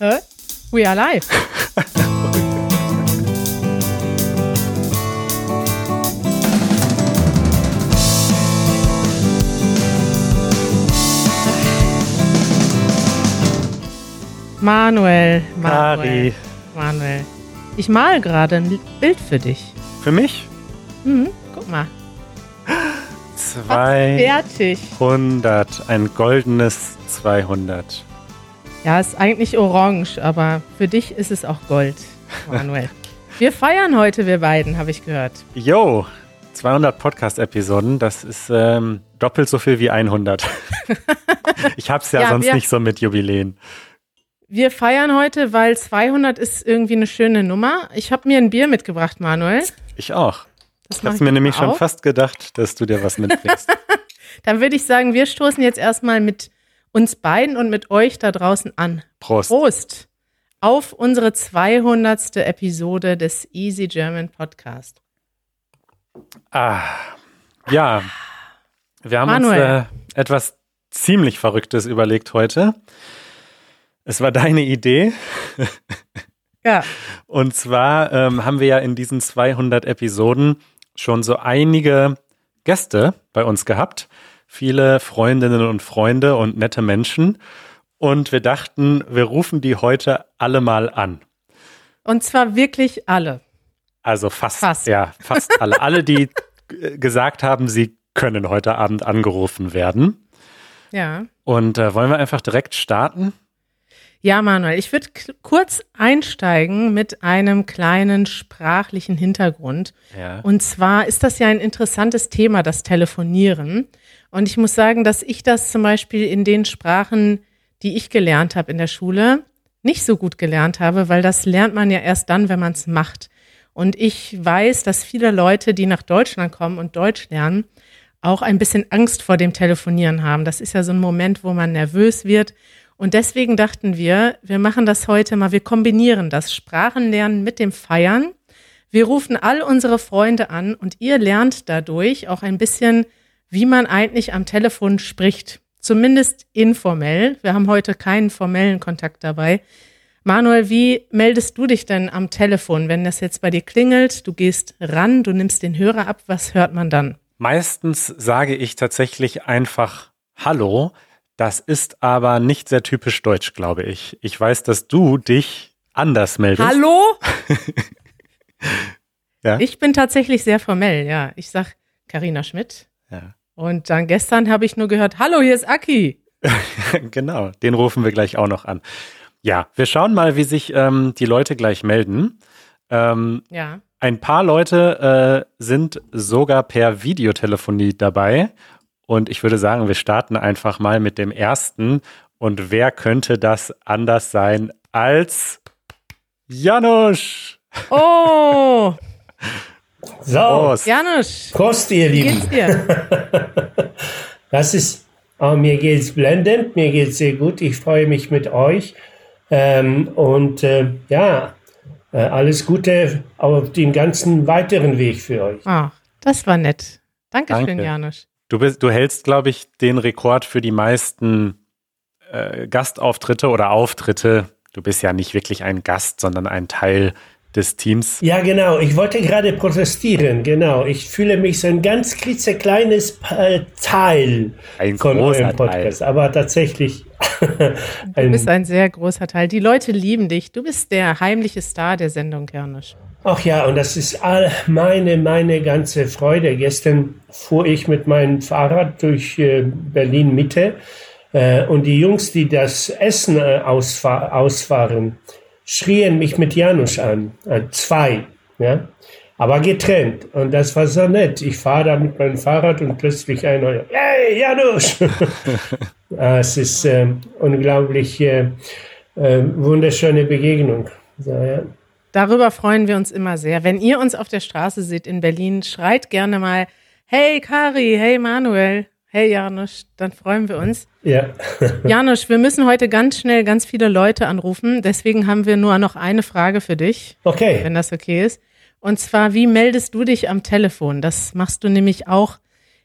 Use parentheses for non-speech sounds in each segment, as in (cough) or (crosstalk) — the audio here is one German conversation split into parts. Hä? We are (laughs) live. Manuel, Manuel, Kari. Manuel. Ich mal gerade ein Bild für dich. Für mich Mhm, guck mal. 200. Fertig. Ein goldenes 200. Ja, ist eigentlich orange, aber für dich ist es auch Gold, (laughs) Manuel. Wir feiern heute, wir beiden, habe ich gehört. Yo, 200 Podcast-Episoden. Das ist ähm, doppelt so viel (laughs) wie 100. ich hab's ja, Ja, sonst wir- nicht so mit Jubiläen. Wir feiern heute, weil 200 ist irgendwie eine schöne Nummer. Ich habe mir ein Bier mitgebracht, Manuel. Ich auch. Das Ich mach hab's mir jetzt nämlich mal schon auf. fast gedacht, dass du (laughs) dir was mitbringst. Dann würde ich sagen, wir stoßen jetzt erstmal mit uns beiden und mit euch da draußen an. Prost. Prost auf unsere 200. Episode des Easy German Podcast. Ah, ja. Wir haben Manuel. uns äh, etwas ziemlich Verrücktes überlegt heute. Es war deine Idee. (laughs) Ja, Und zwar ähm, haben wir ja in diesen 200 Episoden schon so einige Gäste bei uns gehabt. Viele Freundinnen und Freunde und nette Menschen. Und wir dachten, wir rufen die heute alle mal an. und zwar wirklich alle. Also fast, Fast. ja, fast alle. (laughs) alle, die äh, gesagt haben, sie können heute Abend angerufen werden. Ja. Und äh, wollen wir einfach direkt starten? Ja, Manuel, ich würde kurz einsteigen mit einem kleinen sprachlichen Hintergrund. Ja. Und zwar ist das ja ein interessantes Thema, das Telefonieren. Und ich muss sagen, dass ich das zum Beispiel in den Sprachen, die ich gelernt habe in der Schule, nicht so gut gelernt habe, weil das lernt man ja erst dann, wenn man es macht. Und ich weiß, dass viele Leute, die nach Deutschland kommen und Deutsch lernen, auch ein bisschen Angst vor dem Telefonieren haben. Das ist ja so ein Moment, wo man nervös wird. Und deswegen dachten wir, wir machen das heute mal, wir kombinieren das Sprachenlernen mit dem Feiern. Wir rufen all unsere Freunde an und ihr lernt dadurch auch ein bisschen, wie man eigentlich am Telefon spricht. Zumindest informell. Wir haben heute keinen formellen Kontakt dabei. Manuel, wie meldest du dich denn am Telefon, wenn das jetzt bei dir klingelt? Du gehst ran, du nimmst den Hörer ab. Was hört man dann? Meistens sage ich tatsächlich einfach Hallo. Das ist aber nicht sehr typisch deutsch, glaube ich. Ich weiß, dass du dich anders meldest. Hallo? (laughs) Ja. Ich bin tatsächlich sehr formell, ja. Ich sag Karina Schmidt. Ja. Und dann gestern habe ich nur gehört, hallo, hier ist Aki. (laughs) genau, den rufen wir gleich auch noch an. Ja, wir schauen mal, wie sich ähm, die Leute gleich melden. Ähm, Ja. ein paar Leute äh, sind sogar per Videotelefonie dabei. Und ich würde sagen, wir starten einfach mal mit dem ersten. Und wer könnte das anders sein als Janusz? Oh, So, (laughs) Prost. Janusz, Prost, ihr wie Lieben. geht's dir? Das ist, oh, mir geht's blendend, mir geht's sehr gut. Ich freue mich mit euch. Ähm, und äh, ja, äh, alles Gute auf dem ganzen weiteren Weg für euch. Ach, das war nett. Dankeschön, Danke. Janusz. Du, bist, du hältst, glaube ich, den Rekord für die meisten äh, Gastauftritte oder Auftritte. Du bist ja nicht wirklich ein Gast, sondern ein Teil (laughs) des Teams. Ja, genau. Ich wollte gerade protestieren. Genau. Ich fühle mich so ein ganz klitzekleines äh, Teil Ein von großer eurem Podcast. Aber tatsächlich (laughs) Du bist ein sehr großer Teil. Die Leute lieben dich. Du bist der heimliche Star der Sendung, Janusz. Ach ja, und das ist all meine, meine ganze Freude. Gestern fuhr ich mit meinem Fahrrad durch äh, Berlin-Mitte äh, und die Jungs, die das Essen äh, ausfa ausfahren, schrien mich mit Janusz an. Äh, zwei, ja. Aber getrennt. Und das war so nett. Ich fahre da mit meinem Fahrrad und plötzlich einer, hey, Janusz! Äh, es ist äh, unglaublich äh, äh, wunderschöne Begegnung. So, ja. Darüber freuen wir uns immer sehr. Wenn ihr uns auf der Straße seht in Berlin, schreit gerne mal, hey Kari, hey Manuel, hey Janusz, dann freuen wir uns. ja. Janusz, wir müssen heute ganz schnell ganz viele Leute anrufen. Deswegen haben wir nur noch eine Frage für dich, Okay. wenn das okay ist. Und zwar, wie meldest du dich am Telefon? Das machst du nämlich auch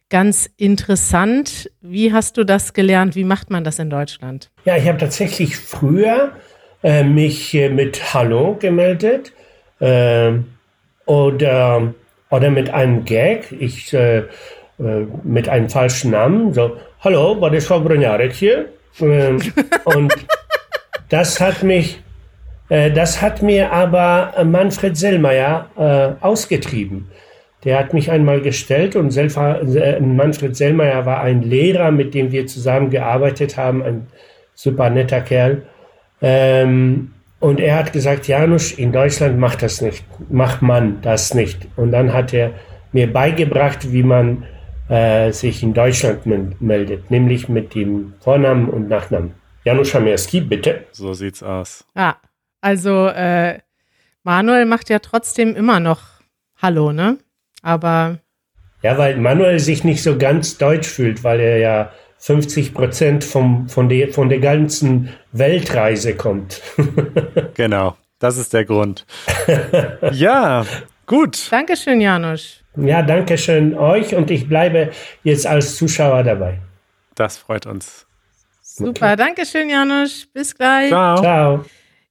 ganz interessant. Wie hast du das gelernt? Wie macht man das in Deutschland? Ja, ich habe tatsächlich früher äh, mich äh, mit Hallo gemeldet äh, oder, oder mit einem Gag, ich, äh, äh, mit einem falschen Namen, so, Hallo, Władysław Broniarek hier. Ähm, und das hat mich, äh, das hat mir aber Manfred Sellmeier äh, ausgetrieben. Der hat mich einmal gestellt und Selfa, äh, Manfred Sellmeier war ein Lehrer, mit dem wir zusammen gearbeitet haben, ein super netter Kerl. Ähm, und er hat gesagt, Janusz, in Deutschland macht das nicht, macht man das nicht. Und dann hat er mir beigebracht, wie man äh, sich in Deutschland mel- meldet, nämlich mit dem Vornamen und Nachnamen. Janusz Schamerski, bitte. So sieht's aus. Ja, Ah, also äh, Manuel macht ja trotzdem immer noch Hallo, ne? Aber Ja, weil Manuel sich nicht so ganz deutsch fühlt, weil er ja 50 Prozent vom, von, der, von der ganzen Weltreise kommt. Genau. Das ist der Grund. ja, gut. Dankeschön, Janusz. ja, danke schön euch und ich bleibe jetzt als Zuschauer dabei. Das freut uns. Super, Dankeschön, Janusz. Bis gleich. Ciao. Ciao.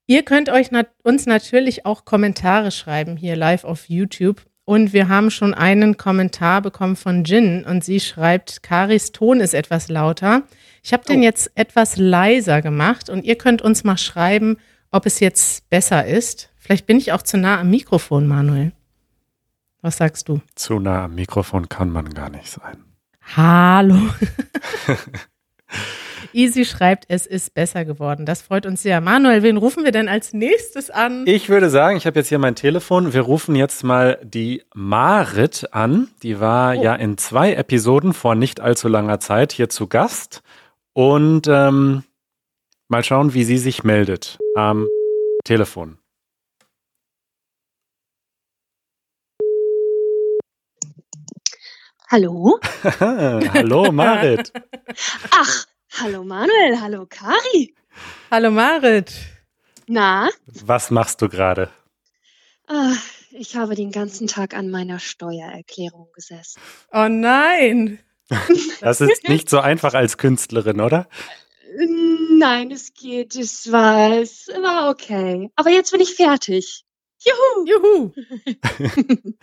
Ihr könnt euch nat uns natürlich auch Kommentare schreiben hier live auf YouTube. Und wir haben schon einen Kommentar bekommen von Jin und sie schreibt, Karis Ton ist etwas lauter. Ich habe den jetzt etwas leiser gemacht und ihr könnt uns mal schreiben, ob es jetzt besser ist. Vielleicht bin ich auch zu nah am Mikrofon, Manuel. Was sagst du? Zu nah am Mikrofon kann man gar nicht sein. (laughs) Hallo. Easy schreibt, es ist besser geworden. Das freut uns sehr. Manuel, wen rufen wir denn als nächstes an? Ich würde sagen, ich habe jetzt hier mein Telefon. Wir rufen jetzt mal die Marit an. Die war ja in zwei Episoden vor nicht allzu langer Zeit hier zu Gast. Und ähm, mal schauen, wie sie sich meldet am Telefon. (laughs) Hallo? Ah, Äh, (laughs) Hallo Marit. Ach, hallo Manuel, hallo Kari. Hallo Marit. Na, Was machst du gerade? ah, ich habe den ganzen Tag an meiner Steuererklärung gesessen. Oh nein. Das (laughs) ist nicht so einfach als Künstlerin, oder? Äh, Nein, es geht, es war, es war okay. Aber jetzt bin ich fertig. Juhu! (laughs) Juhu.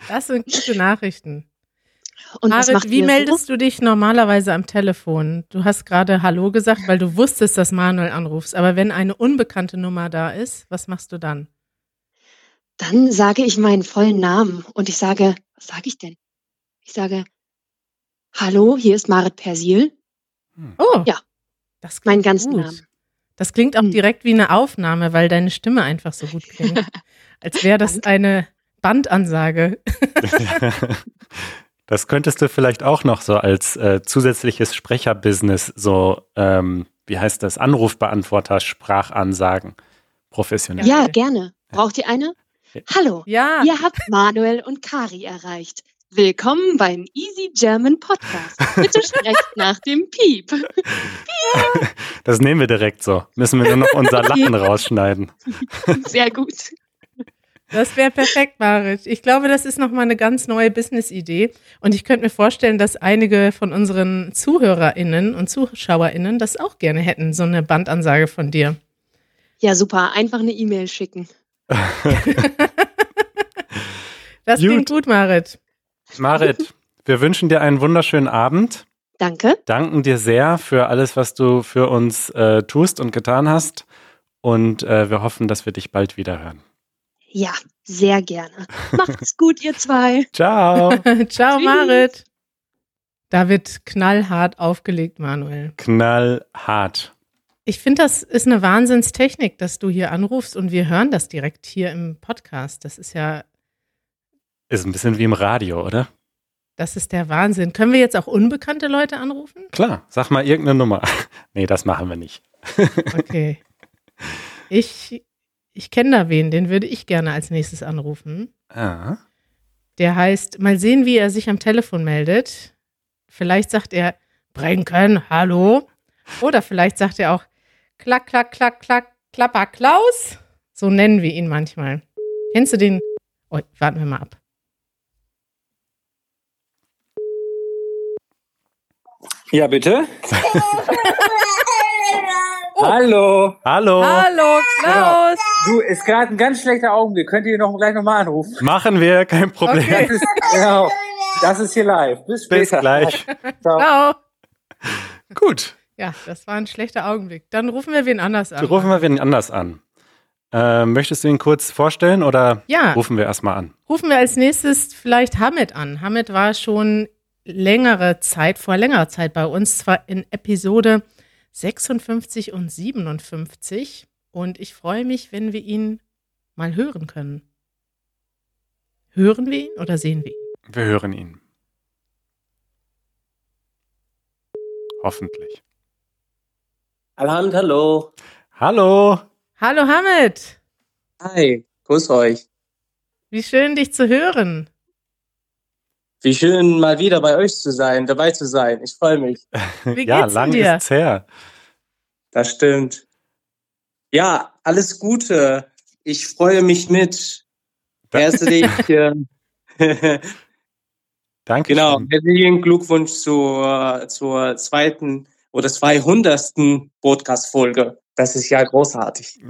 Das sind gute Nachrichten. Und was Marit, macht wie ihr meldest du dich normalerweise am Telefon? Du hast gerade Hallo gesagt, weil du wusstest, dass Manuel anrufst. Aber wenn eine unbekannte Nummer da ist, was machst du dann? so? Dann sage ich meinen vollen Namen und ich sage, was sage ich denn? Ich sage, hallo, hier ist Marit Persil. Oh. Ja. Das klingt Mein ganzen gut. Namen. Das klingt auch Hm. direkt wie eine Aufnahme, weil deine Stimme einfach so gut (laughs) klingt. Als wäre das eine Bandansage. Das könntest du vielleicht auch noch so als äh, zusätzliches Sprecherbusiness, so, ähm, wie heißt das, Anrufbeantworter Sprachansagen professionell. Ja, Geil. gerne. Braucht ihr eine? Hallo. Ja. Ihr habt Manuel und Kari erreicht. Willkommen beim Easy German Podcast. Bitte (laughs) sprecht nach dem Piep. Das nehmen wir direkt so. Müssen wir nur noch (laughs) unser Lachen rausschneiden. Sehr gut. Das wäre perfekt, Marit. Ich glaube, das ist nochmal eine ganz neue Business-Idee. Und ich könnte mir vorstellen, dass einige von unseren ZuhörerInnen und ZuschauerInnen das auch gerne hätten, so eine Bandansage von dir. Ja, super. Einfach eine E-Mail schicken. Das Gut. klingt gut, Marit. Marit, wir wünschen dir einen wunderschönen Abend. Danke. Danken dir sehr für alles, was du für uns äh, tust und getan hast. Und äh, wir hoffen, dass wir dich bald wieder hören. Ja, sehr gerne. Macht's gut, ihr zwei. Ciao. (laughs) Ciao, Tschüss. Marit. Da wird knallhart aufgelegt, Manuel. (laughs) Knallhart. Ich finde, das ist eine Wahnsinnstechnik, dass du hier anrufst und wir hören das direkt hier im Podcast. Das ist ja, Ist ein bisschen wie im Radio, oder? das ist der Wahnsinn. Können wir jetzt auch unbekannte Leute anrufen? Klar, sag mal irgendeine Nummer. (laughs) Nee, das machen wir nicht. Okay. Ich, ich kenne da wen, den würde ich gerne als nächstes anrufen. Ah. Der heißt, mal sehen, wie er sich am Telefon meldet. Vielleicht sagt er, Brenken, hallo. Oder vielleicht sagt er auch, klack, klack, klack, klack, klapper Klaus. So nennen wir ihn manchmal. Kennst du den? Oh, warten wir mal ab. Ja, bitte. (laughs) Oh. Hallo. Hallo. Hallo, Genau. Klaus. Du, ist gerade ein ganz schlechter Augenblick. Könnt ihr noch gleich nochmal anrufen? Machen wir, kein Problem. Okay. Das ist, genau, das ist hier live. Bis später. Bis gleich. Ciao. Ciao. Gut, Ja, das war ein schlechter Augenblick. Dann rufen wir wen anders an. dann (laughs) rufen wir wen anders an. Äh, möchtest du ihn kurz vorstellen oder ja, rufen wir erstmal an? rufen wir als nächstes vielleicht Hamid an. Hamid war schon längere Zeit, vor längerer Zeit bei uns, zwar in Episode 56 und 57. Und ich freue mich, wenn wir ihn mal hören können. Hören wir ihn oder sehen wir ihn? Wir hören ihn. Hoffentlich. Alhamd, hallo. Hallo. Hallo Hamid, Hi, grüß euch. wie schön dich zu hören. Wie schön, mal wieder bei euch zu sein, dabei zu sein. Ich (laughs) freue mich. Wie ja, geht's denn lang dir? ist's her. Das stimmt. Ja, alles Gute. Ich freue mich mit. Da- Herzlich. (laughs) äh, Danke. Genau, herzlichen Glückwunsch zur, zur zweiten oder 200. Podcast-Folge. Das ist ja (laughs) großartig.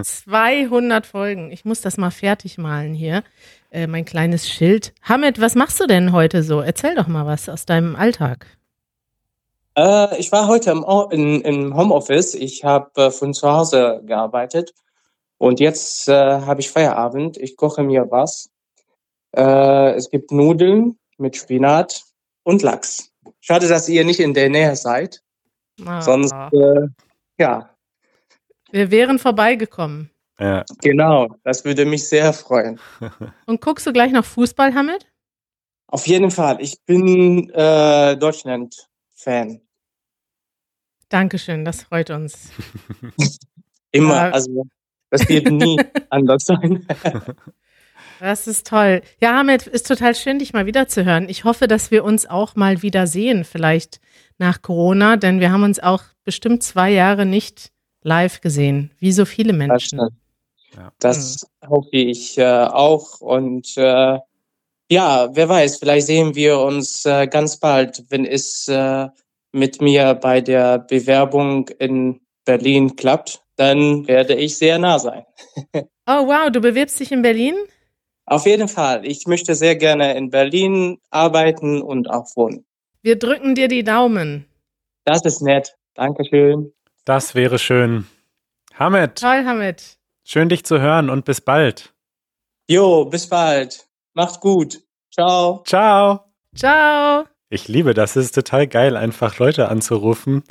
200 Folgen. Ich muss das mal fertig malen hier. Äh, mein kleines Schild. Hamid, was machst du denn heute so? Erzähl doch mal was aus deinem Alltag. Äh, ich war heute im, Au- in, im Homeoffice. Ich habe äh, von zu Hause gearbeitet und jetzt äh, habe ich Feierabend. Ich koche mir was. Äh, es gibt Nudeln mit Spinat und Lachs. Schade, dass ihr nicht in der Nähe seid. Ah, Sonst, äh, ja, wir wären vorbeigekommen. Ja. genau. Das würde mich sehr freuen. Und guckst du gleich noch Fußball, Hamid? Auf jeden Fall. Ich bin äh, Deutschland-Fan. Dankeschön, das freut (laughs) uns. Immer. Ja. Also, das (laughs) wird nie anders sein. Das ist toll. Ja, Hamid, ist total schön, dich mal wieder zu hören. Ich hoffe, dass wir uns auch mal wieder sehen, vielleicht nach Corona, denn wir haben uns auch bestimmt zwei Jahre nicht live gesehen, wie so viele Das, Menschen. stimmt. das Mhm. hoffe ich äh, auch. Und äh, ja, wer weiß, vielleicht sehen wir uns äh, ganz bald, wenn es äh, mit mir bei der Bewerbung in Berlin klappt. Dann werde ich sehr nah sein. Oh, wow, du bewirbst dich in Berlin? Auf jeden Fall. Ich möchte sehr gerne in Berlin arbeiten und auch wohnen. Wir drücken dir die Daumen. Das ist nett. Dankeschön. Das wäre schön. Hamid, Toll, Hamid. schön dich zu hören und bis bald. Jo, bis bald. Macht's gut. Ciao. Ciao. Ciao. Ich liebe das. Es ist total geil, einfach Leute anzurufen,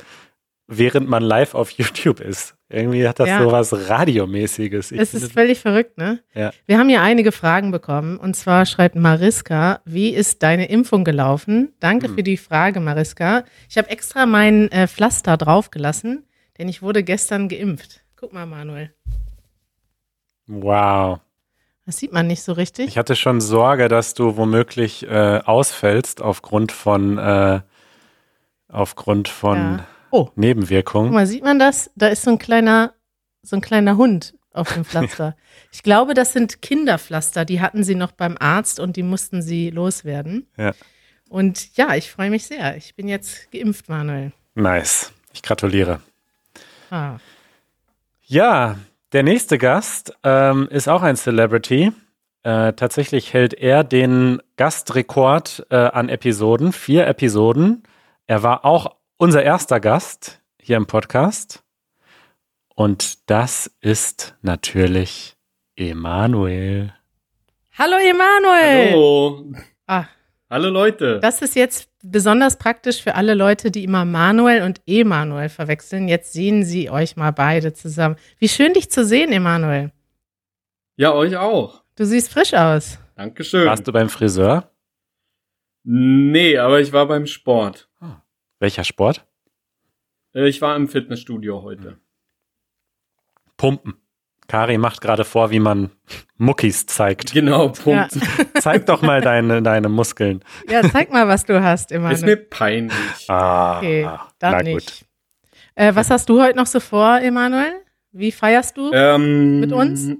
während man live auf YouTube ist. Irgendwie hat das Ja. so was Radiomäßiges. Ich Es finde- ist völlig verrückt, ne? Ja. Wir haben hier einige Fragen bekommen. Und zwar schreibt Mariska, wie ist deine Impfung gelaufen? Danke Hm. für die Frage, Mariska. Ich habe extra mein äh, Pflaster draufgelassen, denn ich wurde gestern geimpft. Guck mal, Manuel. wow. Das sieht man nicht so richtig. Ich hatte schon Sorge, dass du womöglich äh, ausfällst aufgrund von, äh, aufgrund von Ja. Oh, guck Nebenwirkungen. mal, sieht man das? Da ist so ein kleiner, so ein kleiner Hund auf (laughs) dem Pflaster. Ich glaube, das sind Kinderpflaster. Die hatten sie noch beim Arzt und die mussten sie loswerden. Ja. Und ja, ich freue mich sehr. Ich bin jetzt geimpft, Manuel. Nice. Ich gratuliere. Ah. Ja, der nächste Gast ähm, ist auch ein Celebrity. Äh, tatsächlich hält er den Gastrekord äh, an Episoden, vier Episoden. Er war auch unser erster Gast hier im Podcast. Und das ist natürlich Emanuel. Hallo, Emanuel. Hallo. Ah, Hallo Leute. das ist jetzt besonders praktisch für alle Leute, die immer Manuel und Emanuel verwechseln. Jetzt sehen sie euch mal beide zusammen. Wie schön, dich zu sehen, Emanuel. ja, euch auch. Du siehst frisch aus. Dankeschön. Warst du beim Friseur? Nee, aber ich war beim Sport. Welcher Sport? Äh, Ich war im Fitnessstudio heute. Mhm. Pumpen. Kari macht gerade vor, wie man Muckis zeigt. Genau, Punkt. Zeig doch mal deine, deine Muskeln. Ja, zeig mal, was du hast, Emanuel. Ist mir peinlich. Ah, Okay, dann na gut. nicht. Äh, was hast du heute noch so vor, Emanuel? Wie feierst du? Ähm, Mit uns?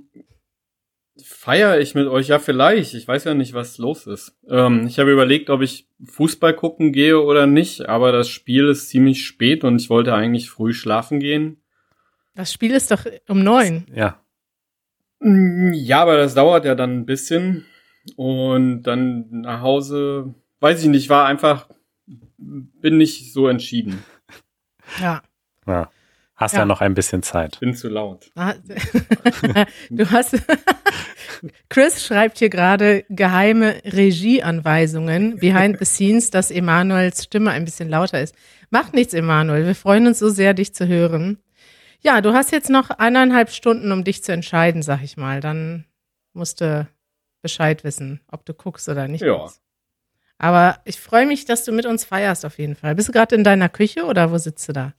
Feier ich mit euch? Ja, vielleicht. Ich weiß ja nicht, was los ist. Ähm, ich habe überlegt, ob ich Fußball gucken gehe oder nicht, aber das Spiel ist ziemlich spät und ich wollte eigentlich früh schlafen gehen. Das Spiel ist doch um neun. Ja. Ja, aber das dauert ja dann ein bisschen. Und dann nach Hause, weiß ich nicht, war einfach, bin nicht so entschieden. Ja. ja. Hast Ja. ja. noch ein bisschen Zeit. Bin zu laut. Ah, (laughs) Du hast. Chris schreibt hier gerade geheime Regieanweisungen behind the scenes, dass Emanuels Stimme ein bisschen lauter ist. Macht nichts, Emanuel. Wir freuen uns so sehr, dich zu hören. Ja, du hast jetzt noch eineinhalb Stunden, um dich zu entscheiden, sag ich mal. Dann musst du Bescheid wissen, ob du guckst oder nicht. Ja. guckst. Aber ich freue mich, dass du mit uns feierst auf jeden Fall. Bist du gerade in deiner Küche oder wo sitzt du da?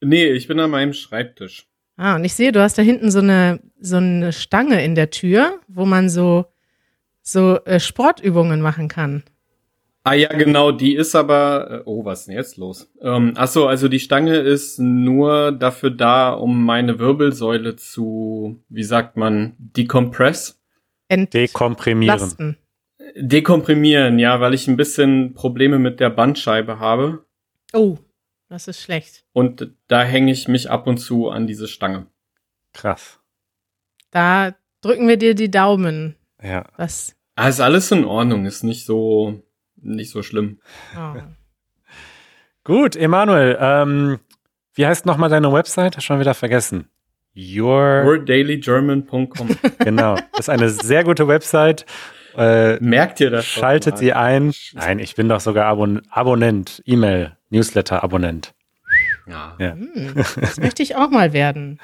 Nee, ich bin an meinem Schreibtisch. Ah, und ich sehe, du hast da hinten so eine, so eine Stange in der Tür, wo man so, so äh, Sportübungen machen kann. Ah ja, genau, die ist aber. äh, Oh, was ist denn jetzt los? Ähm, ach so, also die Stange ist nur dafür da, um meine Wirbelsäule zu, wie sagt man, decompress? Dekomprimieren. Entlasten. Dekomprimieren, ja, weil ich ein bisschen Probleme mit der Bandscheibe habe. Oh, das ist schlecht. Und da hänge ich mich ab und zu an diese Stange. Krass. Da drücken wir dir die Daumen. Ja. Das, Ah, ist alles in Ordnung, ist nicht so, nicht so schlimm. oh. Gut, Emanuel, ähm, wie heißt nochmal deine Website? Hast schon wieder vergessen. Your, WorldDailyGerman.com. (laughs) genau. Das ist eine sehr gute Website. Äh, Merkt ihr das? doch Schaltet mal? sie ein. Nein, ich bin doch sogar Abon Abonnent, E-Mail, Newsletter-Abonnent. Ja. Ja. Hm, das möchte ich auch mal werden.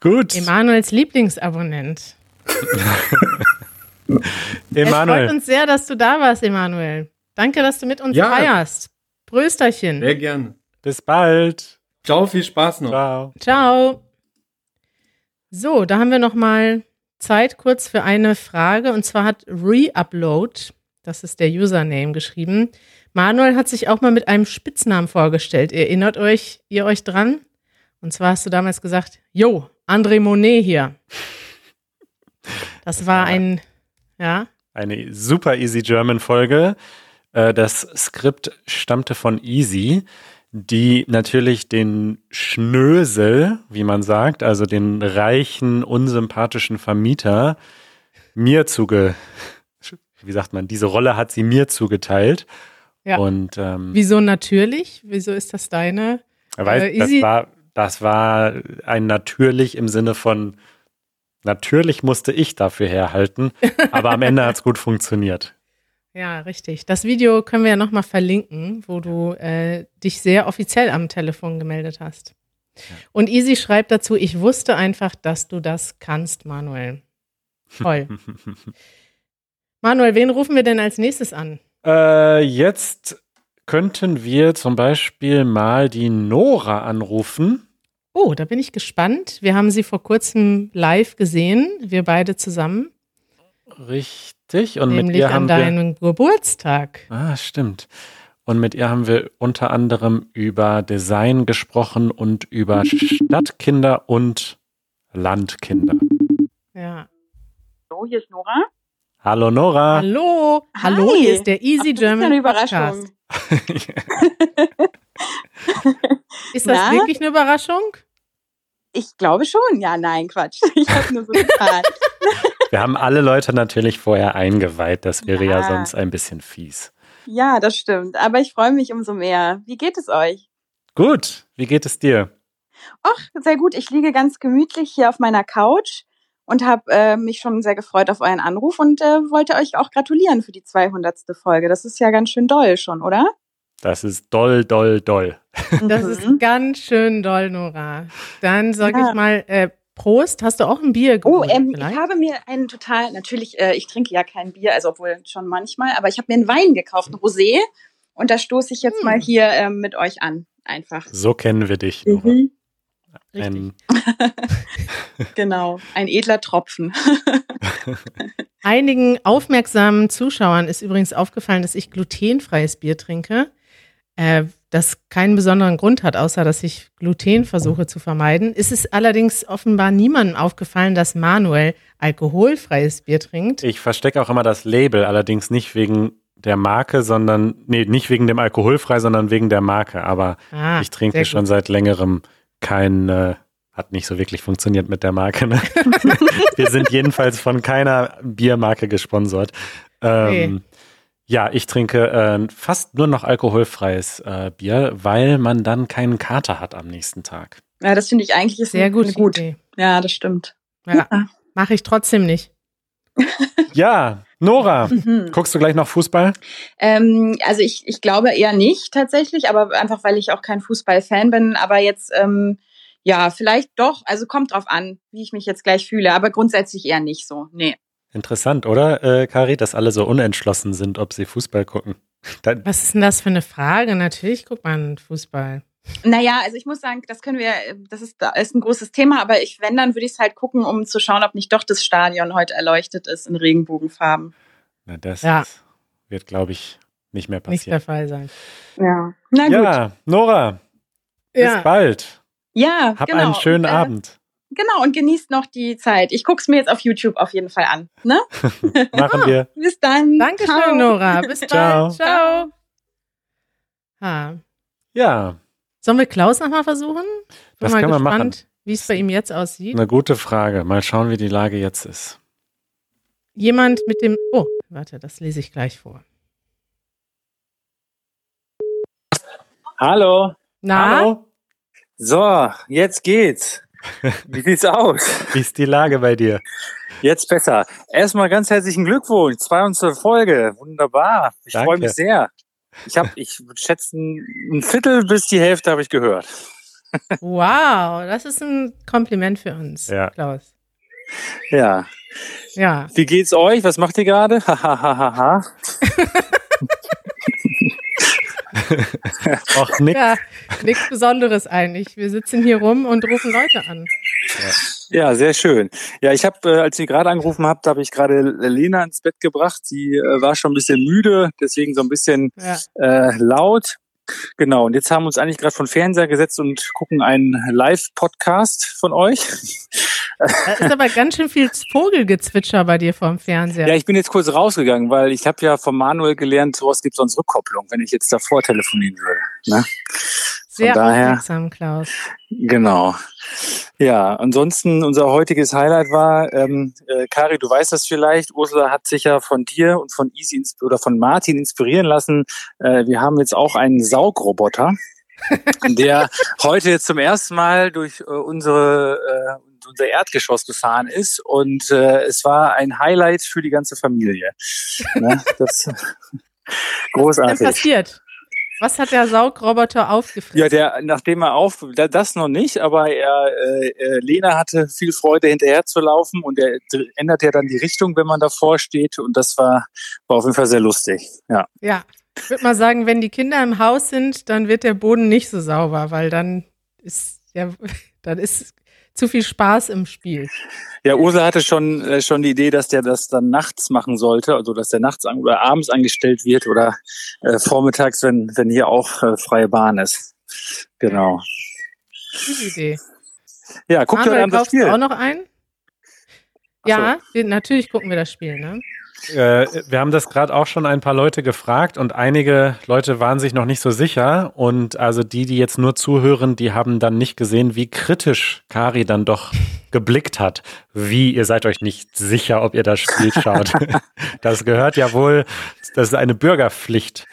Gut, Emanuels Lieblingsabonnent. Es freut Emanuel. uns sehr, dass du da warst, Emanuel. Danke, dass du mit uns Ja. feierst. Brösterchen. Sehr gerne. Bis bald. Ciao, viel Spaß noch. Ciao. Ciao. So, da haben wir noch mal Zeit kurz für eine Frage und zwar hat Reupload, das ist der Username geschrieben. Manuel hat sich auch mal mit einem Spitznamen vorgestellt. Ihr Erinnert euch ihr euch dran? Und zwar hast du damals gesagt, "Jo, André Monet hier." Das war ein ja, Eine super easy German-Folge. Äh, Das Skript stammte von Easy, die natürlich den Schnösel, wie man sagt, also den reichen, unsympathischen Vermieter, mir zuge. Wie sagt man, diese Rolle hat sie mir zugeteilt. Ja. Und ähm, wieso natürlich? Wieso ist das deine? Weil Äh, das, easy- war, das war ein natürlich im Sinne von, natürlich musste ich dafür herhalten, aber am Ende hat es gut funktioniert. Ja, richtig. Das Video können wir ja nochmal verlinken, wo du äh, dich sehr offiziell am Telefon gemeldet hast. Und Easy schreibt dazu, ich wusste einfach, dass du das kannst, Manuel. Toll. Manuel, wen rufen wir denn als nächstes an? äh, jetzt könnten wir zum Beispiel mal die Nora anrufen. Oh, da bin ich gespannt. Wir haben sie vor kurzem live gesehen, wir beide zusammen, Richtig. Und mit nämlich ihr an haben wir. deinem Geburtstag. Ah, stimmt. Und mit ihr haben wir unter anderem über Design gesprochen und über Stadtkinder und Landkinder. Ja. Hallo, hier ist Nora. Hallo Nora. Hallo, hallo, Hi. hier ist der Easy Ach, das German ist ja eine Podcast. Überraschung. Ist das Na? wirklich eine Überraschung? Ich glaube schon. Ja, nein, Quatsch. (laughs) Ich habe nur so getan. Wir haben alle Leute natürlich vorher eingeweiht. Das wäre ja, Ja. sonst ein bisschen fies. ja, das stimmt. Aber ich freue mich umso mehr. Wie geht es euch? Gut, wie geht es dir? Ach, sehr gut. Ich liege ganz gemütlich hier auf meiner Couch und habe äh, mich schon sehr gefreut auf euren Anruf und äh, wollte euch auch gratulieren für die 200. Folge. Das ist ja ganz schön doll schon, oder? Das ist doll, doll, doll. Das Mhm. ist ganz schön doll, Nora. Dann sage Ja. ich mal, äh, Prost, hast du auch ein Bier Oh, geholt? ähm, ich vielleicht? habe mir einen total, natürlich, äh, ich trinke ja kein Bier, also obwohl schon manchmal, aber ich habe mir einen Wein gekauft, einen Rosé. Und da stoße ich jetzt Hm. mal hier ähm, mit euch an. (laughs) Einfach. So kennen wir dich, Nora. Ähm, Richtig. Mhm. Ein, Genau, ein edler Tropfen. (laughs) (laughs) Einigen aufmerksamen Zuschauern ist übrigens aufgefallen, dass ich glutenfreies Bier trinke, äh, das keinen besonderen Grund hat, außer dass ich Gluten versuche zu vermeiden. Es ist allerdings offenbar niemandem aufgefallen, dass Manuel alkoholfreies Bier trinkt. ich verstecke auch immer das Label, allerdings nicht wegen der Marke, sondern, nee, nicht wegen dem Alkoholfrei, sondern wegen der Marke. Aber Ah, ich trinke sehr schon gut. seit längerem kein äh, Hat nicht so wirklich funktioniert mit der (laughs) Marke. Ne? Wir sind jedenfalls von keiner Biermarke gesponsert. Ähm, Nee. Ja, ich trinke äh, fast nur noch alkoholfreies äh, Bier, weil man dann keinen Kater hat am nächsten Tag. Ja, das finde ich eigentlich ist Sehr eine- gut. eine gut. Idee. Ja, das stimmt. Ja, Mache ich trotzdem nicht. Ja, Nora, Mhm. guckst du gleich noch Fußball? Ähm, also ich, ich glaube eher nicht tatsächlich, aber einfach weil ich auch kein Fußballfan bin. Aber jetzt, ähm, ja, vielleicht doch. Also kommt drauf an, wie ich mich jetzt gleich fühle. Aber grundsätzlich eher nicht so. Nee. Interessant, oder, äh, Kari, dass alle so unentschlossen sind, ob sie Fußball gucken. (laughs) Da, Was ist denn das für eine Frage? Natürlich guckt man Fußball. Naja, also ich muss sagen, das können wir, äh, das ist, da ist ein großes Thema, aber ich, wenn, dann würde ich es halt gucken, um zu schauen, ob nicht doch das Stadion heute erleuchtet ist in Regenbogenfarben. na, das Ja. ist- wird, glaube ich, nicht mehr Nicht der passieren. Fall sein. Ja. Na gut. Ja, ja, Nora, bis bald. Hab genau. einen schönen Und, äh, Abend. Genau, und genießt noch die Zeit. Ich guck's mir jetzt auf YouTube auf jeden Fall an. Ne? Machen (laughs) wir. Bis dann. Dankeschön, Ciao. (laughs) Nora. Bis bald. Ciao. Ciao. Ciao. Ha. Ja, Sollen wir Klaus nochmal versuchen? Bin Das mal können wir machen. gespannt, wie es bei ihm jetzt Hm. aussieht. eine gute Frage. Mal schauen, wie die Lage jetzt ist. Jemand mit dem. Oh, warte, das lese ich gleich (laughs) vor. Hallo. Na, Hallo, So, jetzt (laughs) geht's. Wie sieht's aus? wie ist die Lage bei dir? Jetzt besser. Erstmal ganz herzlichen Glückwunsch. 22 Folge. Wunderbar. Ich Danke. freue mich sehr. Ich habe, ich würd schätzen, ein Viertel bis die Hälfte habe ich gehört. wow, das ist ein Kompliment für uns, Ja. Klaus. Ja. Ja, Wie geht's euch? Was macht ihr gerade? Hahaha. Och, Nick, ja nichts Besonderes eigentlich. Wir sitzen hier rum und rufen Leute an. ja, sehr schön. Ja, ich habe, äh, als ihr gerade angerufen habt, habe ich gerade Lena ins Bett gebracht. Sie äh, war schon ein bisschen müde, deswegen so ein bisschen Ja. äh, laut. Genau, und jetzt haben wir uns eigentlich gerade von Fernseher gesetzt und gucken einen Live-Podcast von euch. Da ist aber ganz schön viel Vogelgezwitscher bei dir vorm Fernseher. Ja, ich bin jetzt kurz rausgegangen, weil ich habe ja von Manuel gelernt, sowas gibt sonst Rückkopplung, wenn ich jetzt davor telefonieren würde. Ne? Sehr daher- aufmerksam, Klaus. Genau. Ja, ansonsten unser heutiges Highlight war, ähm, äh, Kari, du weißt das vielleicht, Ursula hat sich ja von dir und von Easy insp- oder von Martin inspirieren lassen. Äh, wir haben jetzt auch einen Saugroboter, (laughs) der heute zum ersten Mal durch äh, unsere äh, unser Erdgeschoss gefahren ist und äh, es war ein Highlight für die ganze Familie. Ne? Was ist Das denn großartig. passiert? Was hat der Saugroboter aufgefressen? Ja, der, nachdem er auf, da- das noch nicht, aber er, äh, äh, Lena hatte viel Freude hinterher zu laufen und er dr- ändert ja dann die Richtung, wenn man davor steht und das war, war auf jeden Fall sehr lustig. Ja, Ja, ich würde mal sagen, wenn die Kinder im Haus sind, dann wird der Boden nicht so sauber, weil dann ist ja, (laughs) dann ist zu viel Spaß im Spiel. ja Ursula hatte schon, äh, schon die Idee, dass der das dann nachts machen sollte, also dass der nachts an, oder abends angestellt wird oder äh, vormittags, wenn, wenn hier auch äh, freie Bahn ist. Genau. Gute Idee. Ja, guckt euch Manuel, an das kaufst du auch Spiel. noch ein? Ach so. Ja, wir, natürlich gucken wir das Spiel, ne? äh, wir haben das gerade auch schon ein paar Leute gefragt und einige Leute waren sich noch nicht so sicher. Und also die, die jetzt nur zuhören, die haben dann nicht gesehen, wie kritisch Kari dann doch geblickt hat. Wie, ihr seid euch nicht sicher, ob ihr das Spiel schaut. das gehört ja wohl, das ist eine Bürgerpflicht.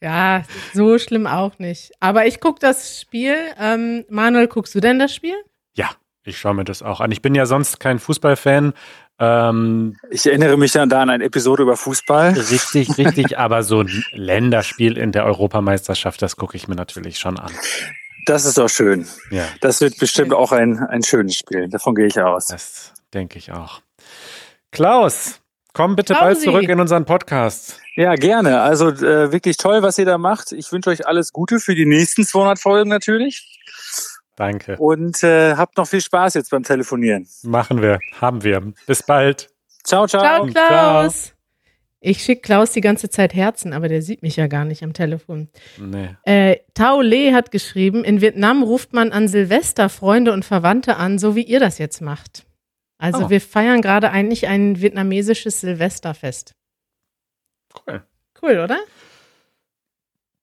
Ja, so schlimm auch nicht. Aber ich gucke das Spiel. Ähm, Manuel, guckst du denn das Spiel? Ja, ich schaue mir das auch an. Ich bin ja sonst kein Fußballfan. Ähm, Ich erinnere mich dann da an eine Episode über Fußball. (laughs) richtig, richtig, aber so ein Länderspiel in der Europameisterschaft, das gucke ich mir natürlich schon an. Das ist doch schön. Ja. Das wird bestimmt auch ein, ein schönes Spiel. Davon gehe ich aus. Das denke ich auch. Klaus, komm bitte Klausi. bald zurück in unseren Podcast. Ja, gerne. Also äh, wirklich toll, was ihr da macht. Ich wünsche euch alles Gute für die nächsten 200 Folgen natürlich. Danke. Und äh, habt noch viel Spaß jetzt beim Telefonieren. Machen wir. Haben wir. Bis bald. Ciao, ciao. Ciao, Ciao. Klaus. Ich schicke Klaus die ganze Zeit Herzen, aber der sieht mich ja gar nicht am Telefon. Nee. Äh, Tao Le hat geschrieben, in Vietnam ruft man an Silvester Freunde und Verwandte an, so wie ihr das jetzt macht. Also Oh. wir feiern gerade eigentlich ein vietnamesisches Silvesterfest. Cool. Cool, oder?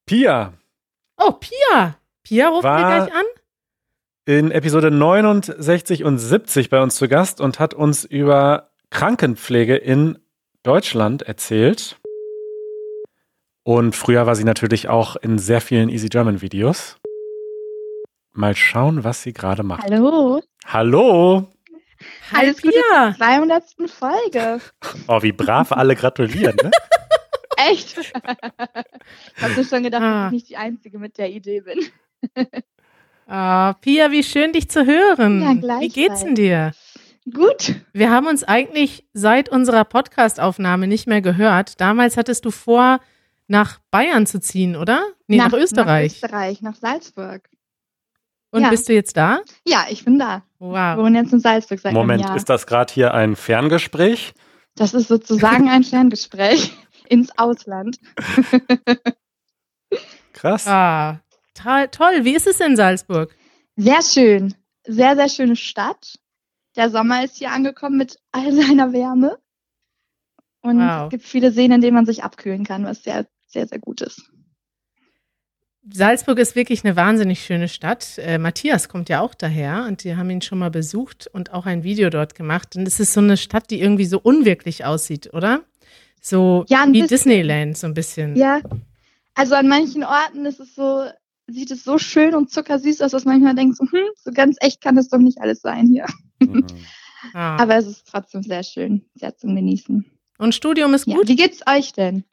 Pia Oh, Pia. Pia ruft War- mir gleich an. in Episode 69 und 70 bei uns zu Gast und hat uns über Krankenpflege in Deutschland erzählt. Und früher war sie natürlich auch in sehr vielen Easy German Videos. Mal schauen, was sie gerade macht. Hallo. Hallo. Hallo Alles Gute zur 200. (laughs) Folge. Oh, wie brav alle gratulieren. Ne? (laughs) Echt? ich habe mir schon gedacht, Ah. dass ich nicht die Einzige mit der Idee bin. Ah, Pia, wie schön, dich zu hören. Ja, wie gleichfalls. geht's denn dir? Gut. Wir haben uns eigentlich seit unserer Podcast-Aufnahme nicht mehr gehört. Damals hattest du vor, nach Bayern zu ziehen, oder? Nee, nach, Österreich. Nach Österreich, nach Salzburg. Und ja. bist du jetzt da? Ja, ich bin da. Wir Wow. wohnen jetzt in Salzburg seit Moment, einem Jahr. ist das gerade hier ein Ferngespräch? Das ist sozusagen ein Ferngespräch (laughs) ins Ausland. Krass. Ah, ta- toll. Wie ist es in Salzburg? Sehr schön. Sehr, sehr schöne Stadt. Der Sommer ist hier angekommen mit all (laughs) seiner Wärme. Und Wow. es gibt viele Seen, in denen man sich abkühlen kann, was sehr, sehr, sehr gut ist. Salzburg ist wirklich eine wahnsinnig schöne Stadt. Äh, Matthias kommt ja auch daher und die haben ihn schon mal besucht und auch ein Video dort gemacht. Und es ist so eine Stadt, die irgendwie so unwirklich aussieht, oder? So Ja, ein wie bisschen. Disneyland so ein bisschen. Ja. Also an manchen Orten ist es so, sieht es so schön und zuckersüß aus, dass man manchmal denkt, so, hm, so ganz echt kann das doch nicht alles sein hier. Mhm. Ah. Aber es ist trotzdem sehr schön, sehr zum Genießen. und Studium ist Ja. gut. Wie geht's euch denn?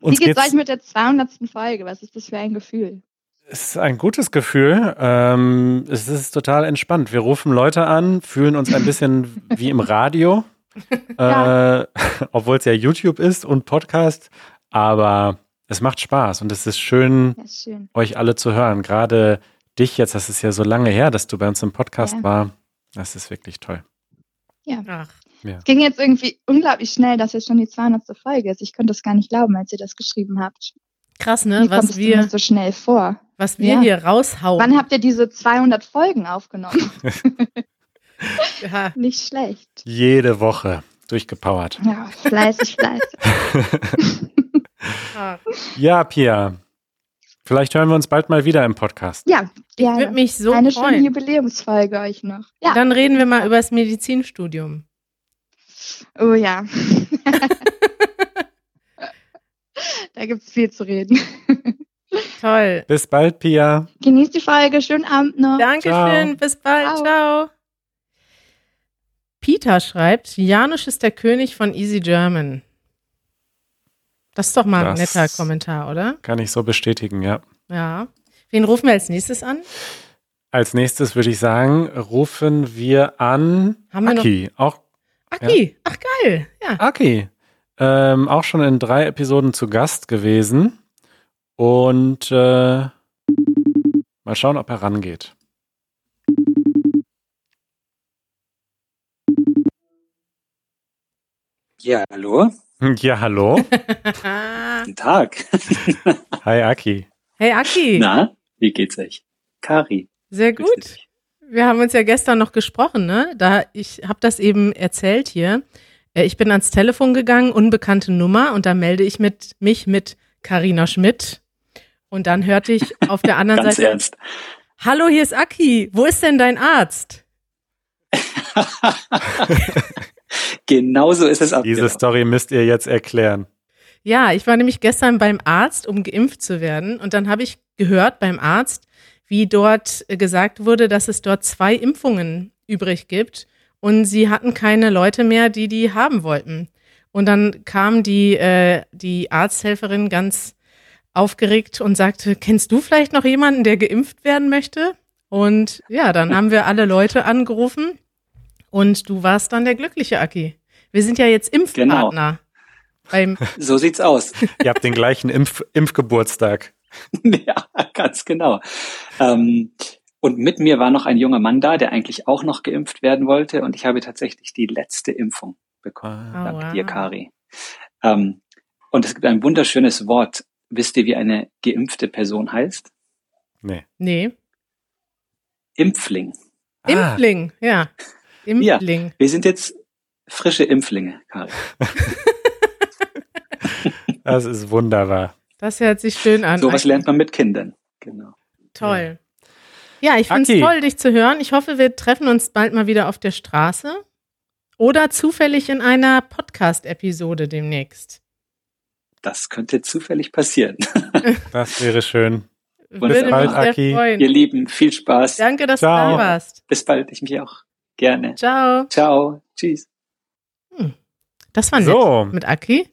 Uns Wie geht's geht's, euch mit der 200. Folge? Was ist das für ein Gefühl? es ist ein gutes Gefühl. Ähm, es ist total entspannt. Wir rufen Leute an, fühlen uns (laughs) ein bisschen wie im Radio, äh, Ja. obwohl es ja YouTube ist und Podcast. Aber es macht Spaß und es ist schön, Ja, schön. euch alle zu hören. Gerade dich jetzt, das ist ja so lange her, dass du bei uns im Podcast Ja. war. Das ist wirklich toll. Ach, Es ging jetzt irgendwie unglaublich schnell, dass jetzt schon die 200. Folge ist. Ich konnte das gar nicht glauben, als ihr das geschrieben habt. krass, Wie ne? kommt Was es denn wir, so schnell vor? was wir Ja. hier raushauen. Wann habt ihr diese 200 Folgen aufgenommen? ja. nicht schlecht. Jede Woche durchgepowert. Ja, fleißig, fleißig. (laughs) ah. Ja, Pia. Vielleicht hören wir uns bald mal wieder im Podcast. Ja, Würde gerne. mich so Eine schöne freuen. Jubiläumsfolge euch noch. Ja. Dann reden wir mal über das Medizinstudium. Oh ja. da gibt's viel zu reden. Toll. Bis bald, Pia. Genießt die Folge. Schönen Abend noch. Dankeschön, Ciao. bis bald, ciao. Ciao. Peter schreibt, Janusz ist der König von Easy German. Das ist doch mal ein Das- netter Kommentar, oder? Kann ich so bestätigen, ja. Ja. Wen rufen wir als nächstes an? Als nächstes würde ich sagen, rufen wir an Haben wir noch- Aki. Auch Aki. Ach geil. Ja. Aki. Ähm, auch schon in drei Episoden zu Gast gewesen. Und äh, mal schauen, ob er rangeht. Ja, hallo. (laughs) Ja, hallo. Guten Tag. (laughs) Hi, Aki. hey Aki. (laughs) Na, wie geht's euch? Kari. (laughs) Sehr grüß gut. dich. Wir haben uns ja gestern noch gesprochen, ne? Da ich habe das eben erzählt hier. Äh, Ich bin ans Telefon gegangen, unbekannte Nummer, und da melde ich mit mich mit Carina Schmidt. Und dann hörte ich auf (laughs) der anderen Ganz Seite: ernst. Hallo, hier ist Aki. Wo ist denn dein Arzt? Genauso ist es ab. Diese Story müsst ihr jetzt erklären. Ja, ich war nämlich gestern beim Arzt, um geimpft zu werden, und dann habe ich gehört beim Arzt, wie dort äh, gesagt wurde, dass es dort zwei Impfungen übrig gibt und sie hatten keine Leute mehr, die die haben wollten. Und dann kam die, äh, die Arzthelferin ganz aufgeregt und sagte, kennst du vielleicht noch jemanden, der geimpft werden möchte? Und ja, dann haben wir alle Leute angerufen und du warst dann der glückliche Aki. Wir sind ja jetzt Impfpartner. Beim, So sieht's aus. (laughs) Ihr habt den gleichen Impf Impfgeburtstag. ja, ganz genau. Ähm, und mit mir war noch ein junger Mann da, der eigentlich auch noch geimpft werden wollte. Und ich habe tatsächlich die letzte Impfung bekommen. Oh, Dank wow. dir, Kari. Ähm, und es gibt ein wunderschönes Wort. Wisst ihr, wie eine geimpfte Person heißt? Nee. nee. Impfling. Ah, Impfling, ja. Impfling. Wir sind jetzt frische Impflinge, (laughs) Kari. (laughs) das ist wunderbar. Das hört sich schön an. Sowas lernt man mit Kindern. Genau. Toll. Ja. Ja, ich finde Aki. es toll, dich zu hören. Ich hoffe, wir treffen uns bald mal wieder auf der Straße oder zufällig in einer Podcast-Episode demnächst. Das könnte zufällig (laughs) passieren. Das wäre schön. Würde bald, mich sehr Aki. Ihr freuen. Lieben, viel Spaß. Danke, dass Ciao. du da warst. Bis bald. Ich mich auch gerne. Ciao. Ciao. Tschüss. Das war nett So. mit Aki.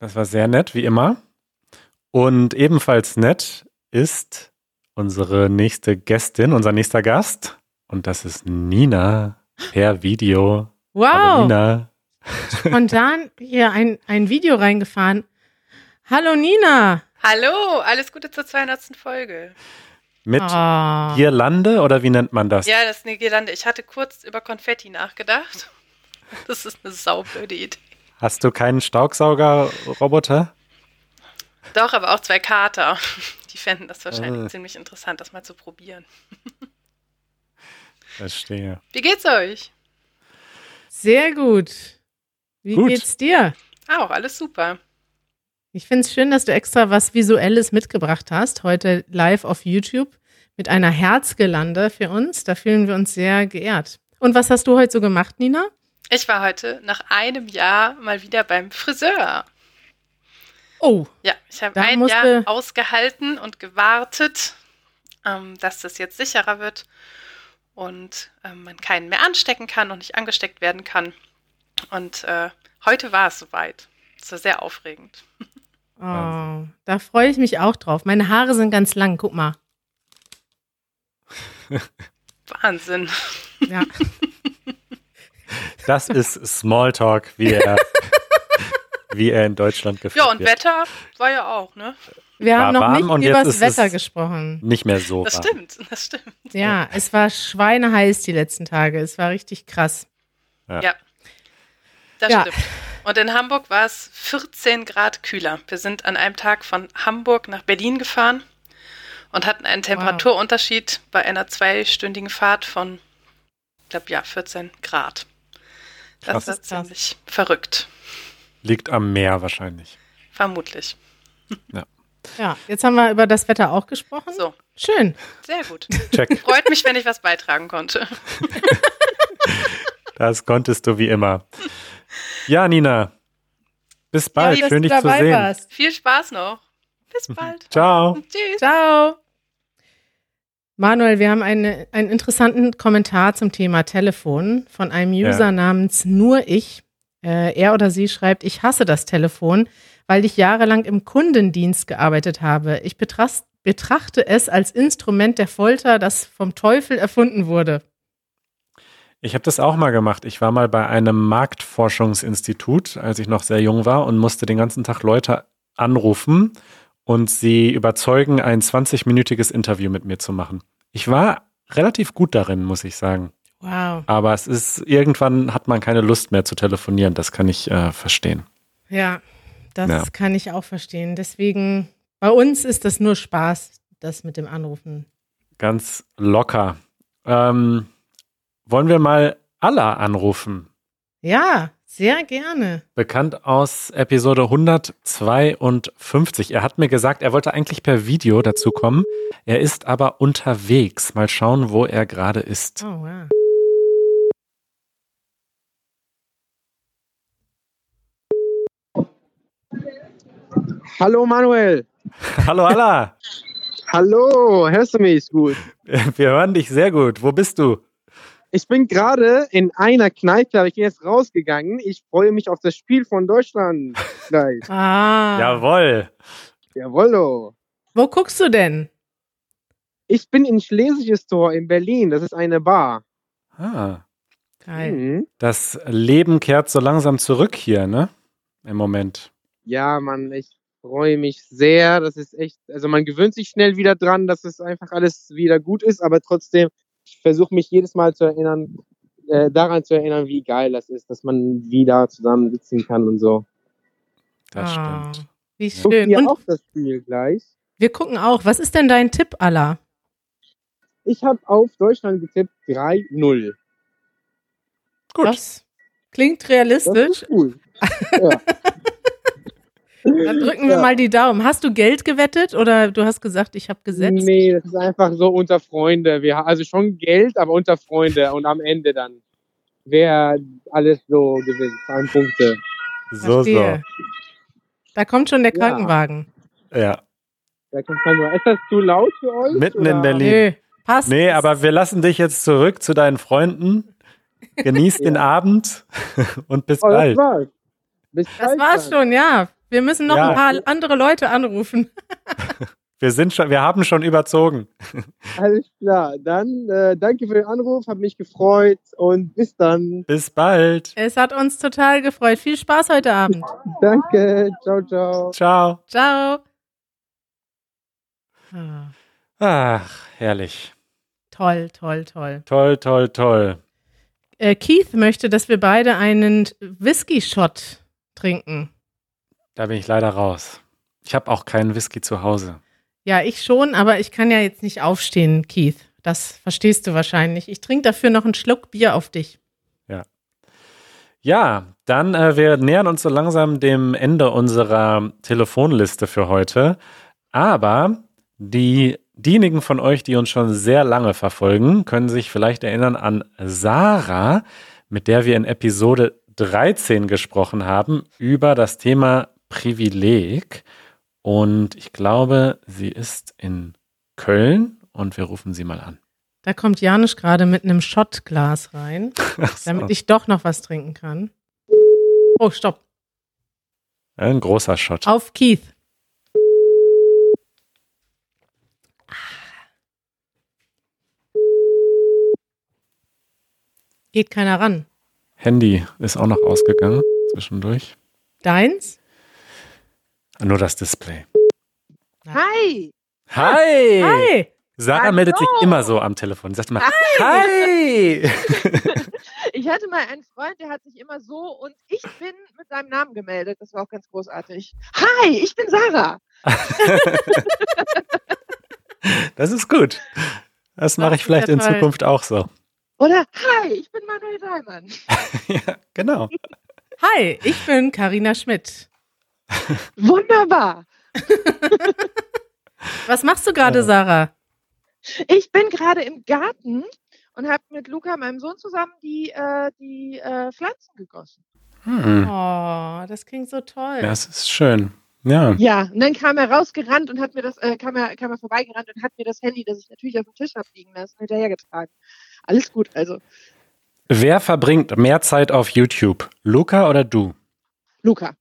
Das war sehr nett, wie immer. Und ebenfalls nett ist unsere nächste Gästin, unser nächster Gast. Und das ist Nina per Video. Hallo (laughs) Wow. Nina. Spontan hier ein, ein Video reingefahren. Hallo Nina. Hallo, alles Gute zur 200. Folge. Mit Ah. Girlande oder wie nennt man das? Ja, das ist eine Girlande. Ich hatte kurz über Konfetti nachgedacht. (laughs) Das ist eine saublöde Idee. Hast du keinen Staubsaugerroboter? Doch, aber auch zwei Kater. Die fänden das wahrscheinlich Ah. ziemlich interessant, das mal zu probieren. Verstehe. Wie geht's euch? Sehr gut. Wie Gut. geht's dir? Auch, alles super. Ich finde es schön, dass du extra was Visuelles mitgebracht hast, heute live auf YouTube mit einer Herzgelande für uns. Da fühlen wir uns sehr geehrt. Und was hast du heute so gemacht, Nina? Ich war heute nach einem Jahr mal wieder beim Friseur. Oh, Ja, ich habe Da ein musste- Jahr ausgehalten und gewartet, ähm, dass das jetzt sicherer wird und ähm, man keinen mehr anstecken kann und nicht angesteckt werden kann. Und äh, heute war es soweit. Es war sehr aufregend. oh da freue ich mich auch drauf. Meine Haare sind ganz lang, guck mal. Wahnsinn. Ja. Das ist Smalltalk, (laughs) wie er, wie er in Deutschland geführt (laughs) Ja, und wird. Wetter war ja auch, ne? Wir War haben warm noch und nicht jetzt über ist das es- Wetter gesprochen. Nicht mehr so. Das warm. stimmt, das stimmt. Ja, es war schweineheiß die letzten Tage. Es war richtig krass. Das Ja. stimmt. Und in Hamburg war es 14 Grad kühler. Wir sind an einem Tag von Hamburg nach Berlin gefahren und hatten einen Temperaturunterschied bei einer zweistündigen Fahrt von, ich glaube, ja, 14 Grad. Krass. Das war Das ist krass. ziemlich verrückt, Liegt am Meer wahrscheinlich. vermutlich. Ja, jetzt haben wir über das Wetter auch gesprochen. So, Schön. sehr gut. Check. (laughs) Freut mich, wenn ich was beitragen konnte. Das konntest du wie immer. Ja, Nina. Bis (laughs) bald. dass Schön, du dich zu dabei sehen. warst. Viel Spaß noch. Bis bald. Ciao. Tschüss. Ciao. Manuel, wir haben eine, einen interessanten Kommentar zum Thema Telefon von einem Ja. User namens Nur Ich. Äh, er oder sie schreibt, ich hasse das Telefon, weil ich jahrelang im Kundendienst gearbeitet habe. Ich betras- betrachte es als Instrument der Folter, das vom Teufel erfunden wurde. Ich habe das auch mal gemacht. Ich war mal bei einem Marktforschungsinstitut, als ich noch sehr jung war und musste den ganzen Tag Leute anrufen und sie überzeugen, ein 20-minütiges Interview mit mir zu machen. Ich war relativ gut darin, muss ich sagen. Wow. Aber es ist, irgendwann hat man keine Lust mehr zu telefonieren. Das kann ich äh, verstehen. Ja, das Ja. kann ich auch verstehen. Deswegen, bei uns ist das nur Spaß, das mit dem Anrufen. Ganz locker. Ähm, wollen wir mal Allah anrufen? Ja, sehr gerne. Bekannt aus Episode 152. Er hat mir gesagt, er wollte eigentlich per Video dazu kommen. Er ist aber unterwegs. Mal schauen, wo er gerade ist. Oh, wow. Hallo Manuel. Hallo Allah. Hallo, hörst du mich gut? Wir hören dich sehr gut. Wo bist du? Ich bin gerade in einer Kneipe, aber ich bin jetzt rausgegangen. Ich freue mich auf das Spiel von Deutschland gleich. (laughs) Ah. Jawohl. Jawollo. Wo guckst du denn? Ich bin in Schlesisches Tor in Berlin. Das ist eine Bar. Ah, Geil. Mhm. das Leben kehrt so langsam zurück hier, ne? Im Moment. Ja, Mann, ich freue mich sehr. Das ist echt, also man gewöhnt sich schnell wieder dran, dass es einfach alles wieder gut ist, aber trotzdem, ich versuche mich jedes Mal zu erinnern, äh, daran zu erinnern, wie geil das ist, dass man wieder zusammen sitzen kann und so. Das Ah, stimmt. Wie Guckt schön. ihr Und auch das Spiel gleich? wir gucken auch. Was ist denn dein Tipp, Alla? Ich habe auf Deutschland getippt 3-0. Gut. Das klingt realistisch. Das ist cool. Ja. (laughs) Dann drücken wir Ja. mal die Daumen. Hast du Geld gewettet oder du hast gesagt, ich habe gesetzt? Nee, das ist einfach so unter Freunde. Wir, ha- also schon Geld, aber unter Freunde und am Ende dann. Wer alles so gewinnt, an Punkte. So, so. Verstehe. Da kommt schon der Ja. Krankenwagen. Ja. Da kommt man nur. Ist das zu laut für euch? Mitten oder? in Berlin. passt. Nee, aber wir lassen dich jetzt zurück zu deinen Freunden. (laughs) Genieß den Abend und bis Oh, das bald. war's. Bis Das war's schon, ja. Wir müssen noch Ja. ein paar andere Leute anrufen. Wir sind schon, wir haben schon überzogen. Alles klar. Dann äh, danke für den Anruf, hat mich gefreut und bis dann. Bis bald. Es hat uns total gefreut. Viel Spaß heute Abend. Danke. Ciao, ciao. Ciao. Ciao. Ah, (laughs) Ach, herrlich. toll, toll, toll. Toll, toll, toll. Äh, Keith möchte, dass wir beide einen Whisky-Shot trinken. Da bin ich leider raus. Ich habe auch keinen Whisky zu Hause. Ja, ich schon, aber ich kann ja jetzt nicht aufstehen, Keith. Das verstehst du wahrscheinlich. Ich trinke dafür noch einen Schluck Bier auf dich. Ja, dann äh, wir nähern uns so langsam dem Ende unserer Telefonliste für heute. Aber die, diejenigen von euch, die uns schon sehr lange verfolgen, können sich vielleicht erinnern an Sarah, mit der wir in Episode 13 gesprochen haben über das Thema Privileg. Und ich glaube, sie ist in Köln und wir rufen sie mal an. Da kommt Janusz gerade mit einem Schottglas rein, (laughs) Ach so. damit ich doch noch was trinken kann. Oh, stopp. Ein großer Shot. Auf Keith. Ah. Geht keiner ran. Handy ist auch noch ausgegangen zwischendurch. Deins? Nur das Display. Hi! Hi! Hi! Sarah Hallo! meldet sich immer so am Telefon. Sagt immer, hi! (laughs) Ich hatte mal einen Freund, der hat sich immer so und ich bin mit seinem Namen gemeldet. Das war auch ganz großartig. Hi, ich bin Sarah. das ist gut. Das mache ich ist vielleicht ja in toll. Zukunft auch so. Oder hi, ich bin Manuel Daimann. Genau. Hi, ich bin Karina Schmidt. Wunderbar. Was machst du gerade, Sarah? Ich bin gerade im Garten und habe mit Luca, meinem Sohn, zusammen die, äh, die äh, Pflanzen gegossen. Hm. Oh, das klingt so toll. Das ist schön. Ja. Ja, und dann kam er rausgerannt und hat mir das, äh, kam er, kam er vorbeigerannt und hat mir das Handy, das ich natürlich auf dem Tisch habe liegen lassen, hinterhergetragen. Alles gut, also. Wer verbringt mehr Zeit auf YouTube? Luca oder du? Luca.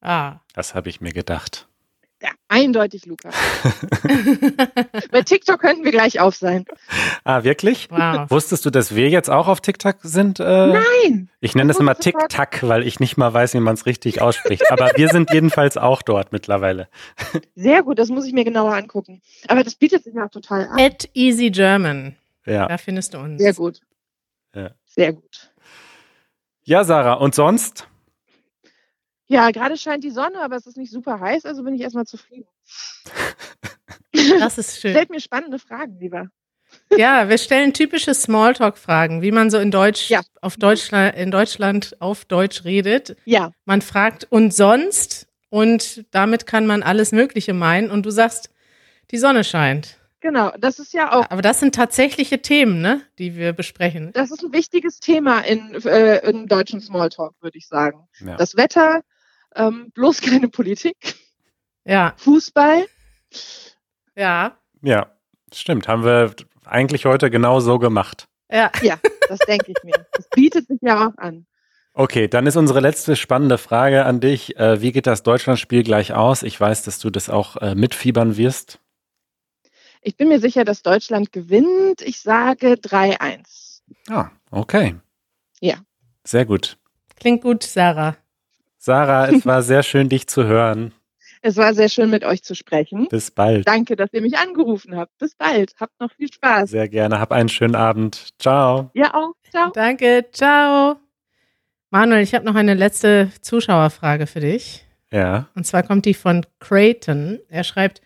Ah. Das habe ich mir gedacht. Ja, eindeutig (laughs) Luca. Bei TikTok könnten wir gleich auf sein. Ah, wirklich? Wow. Wusstest du, dass wir jetzt auch auf TikTok sind? Äh, Nein! Ich nenne das immer wusste sofort- Tick-Tack, weil ich nicht mal weiß, wie man es richtig ausspricht. Aber wir (laughs) sind jedenfalls auch dort mittlerweile. Sehr gut, das muss ich mir genauer angucken. Aber das bietet sich mir auch total an. At Easy German. Ja. Da findest du uns. Sehr gut, Ja, sehr gut. ja Sarah, und sonst? Ja, gerade scheint die Sonne, aber es ist nicht super heiß, also bin ich erstmal zufrieden. Das ist schön. Stellt mir spannende Fragen, lieber. Ja, wir stellen typische Smalltalk-Fragen, wie man so in Deutsch, auf Deutschland, in Deutschland auf Deutsch redet. Ja. Man fragt und sonst und damit kann man alles Mögliche meinen und du sagst, die Sonne scheint. Genau, das ist ja auch. Aber das sind tatsächliche Themen, ne, die wir besprechen. Das ist ein wichtiges Thema in, äh, im deutschen Smalltalk, würde ich sagen. Ja. Das Wetter, ähm, bloß keine Politik, Ja. Fußball. Ja. Ja, stimmt. Haben wir eigentlich heute genau so gemacht. Ja, ja das denke ich mir. Das bietet sich ja auch an. Okay, dann ist unsere letzte spannende Frage an dich. Äh, wie geht das Deutschlandspiel gleich aus? Ich weiß, dass du das auch äh, mitfiebern wirst. Ich bin mir sicher, dass Deutschland gewinnt. Ich sage 3-1. Ah, okay. Ja. Sehr gut. Klingt gut, Sarah. Sarah, es war sehr schön, dich zu hören. Es war sehr schön, mit euch zu sprechen. Bis bald. Danke, dass ihr mich angerufen habt. Bis bald. Habt noch viel Spaß. Sehr gerne. Hab einen schönen Abend. Ciao. Ja, auch. Ciao. Danke, ciao. Manuel, ich habe noch eine letzte Zuschauerfrage für dich. Ja. Und zwar kommt die von Creighton. Er schreibt,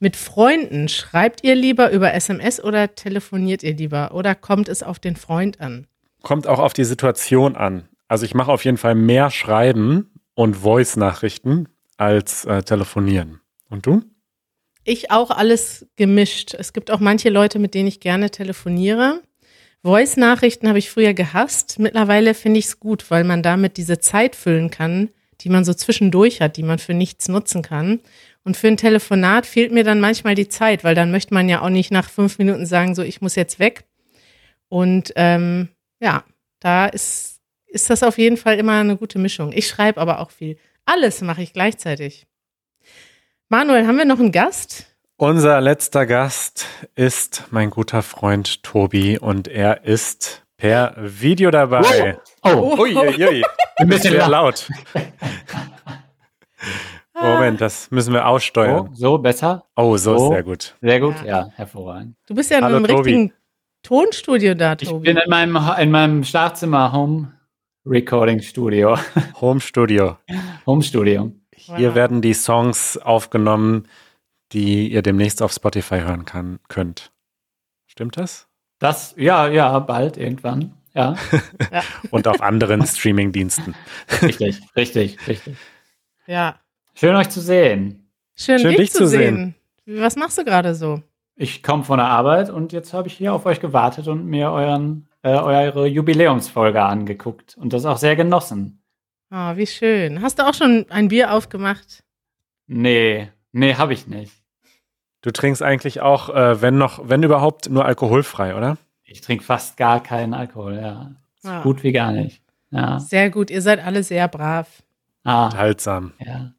mit Freunden schreibt ihr lieber über SMS oder telefoniert ihr lieber oder kommt es auf den Freund an? Kommt auch auf die Situation an. Also ich mache auf jeden Fall mehr Schreiben und Voice-Nachrichten, als äh, telefonieren. Und du? Ich auch alles gemischt. Es gibt auch manche Leute, mit denen ich gerne telefoniere. Voice-Nachrichten habe ich früher gehasst. Mittlerweile finde ich es gut, weil man damit diese Zeit füllen kann, die man so zwischendurch hat, die man für nichts nutzen kann. Und für ein Telefonat fehlt mir dann manchmal die Zeit, weil dann möchte man ja auch nicht nach fünf Minuten sagen, so ich muss jetzt weg. Und ähm, ja, da ist, ist das auf jeden Fall immer eine gute Mischung. Ich schreibe aber auch viel. Alles mache ich gleichzeitig. Manuel, haben wir noch einen Gast? Unser letzter Gast ist mein guter Freund Tobi und er ist per Video dabei. Oh, oh. Ui, ui, ui. (laughs) Ein bisschen laut. Oh. Moment, das müssen wir aussteuern. So, so besser? Oh, so, ist sehr gut. Sehr gut, ja, hervorragend. Du bist ja in Hallo, einem Tobi. richtigen Tonstudio da, Tobi. Ich bin in meinem, in meinem Schlafzimmer Home Recording Studio. (laughs) Home Studio. Home Studio. Hier werden die Songs aufgenommen, die ihr demnächst auf Spotify hören kann, könnt. Stimmt das? Das, ja, ja, bald, irgendwann. (laughs) Ja. Und (laughs) auf anderen Streamingdiensten. Richtig, richtig, richtig. Ja. Schön euch zu sehen. Schön, dich, zu sehen. Was machst du gerade so? Ich komme von der Arbeit und jetzt habe ich hier auf euch gewartet und mir euren, äh, eure Jubiläumsfolge angeguckt und das auch sehr genossen. Ah, wie schön. Hast du auch schon ein Bier aufgemacht? Nee, nee, habe ich nicht. Du trinkst eigentlich auch, äh, wenn noch, wenn überhaupt, nur alkoholfrei, oder? Ich trinke fast gar keinen Alkohol, ja. So Ah. gut wie gar nicht. Ja. Sehr gut. Ihr seid alle sehr brav. Ah. Haltsam. Ja.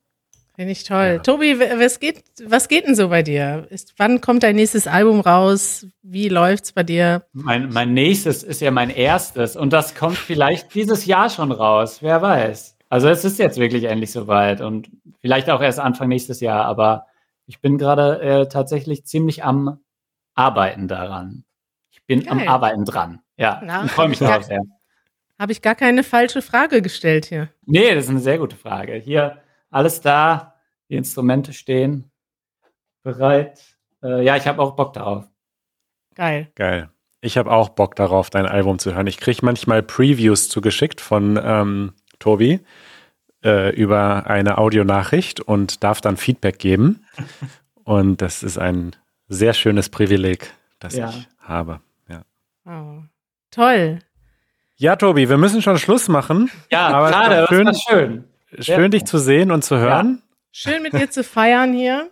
Finde ich toll. Tobi, w- was geht, was geht denn so bei dir? Ist, wann kommt dein nächstes Album raus? Wie läuft's bei dir? Mein, mein nächstes ist ja mein erstes und das kommt vielleicht dieses Jahr schon raus, wer weiß. Also es ist jetzt wirklich endlich soweit und vielleicht auch erst Anfang nächstes Jahr, aber ich bin gerade äh, tatsächlich ziemlich am Arbeiten daran. Ich bin am Geil. Arbeiten dran. Ja, Na? ich freue mich Ja. drauf sehr. Habe ich gar keine falsche Frage gestellt hier. Nee, das ist eine sehr gute Frage. Hier, alles da, die Instrumente stehen bereit. Äh, ja, ich habe auch Bock darauf. Geil. Geil. Ich habe auch Bock darauf, dein Album zu hören. Ich kriege manchmal Previews zugeschickt von ähm, Tobi äh, über eine Audionachricht und darf dann (laughs) Feedback geben. Und das ist ein sehr schönes Privileg, das Ja. ich habe. Ja. Wow. Oh, Toll. ja, Tobi, wir müssen schon Schluss machen. Ja, Aber es war schade, das schön, war schön. Schön, dich zu sehen und zu hören. Schön mit dir zu feiern hier.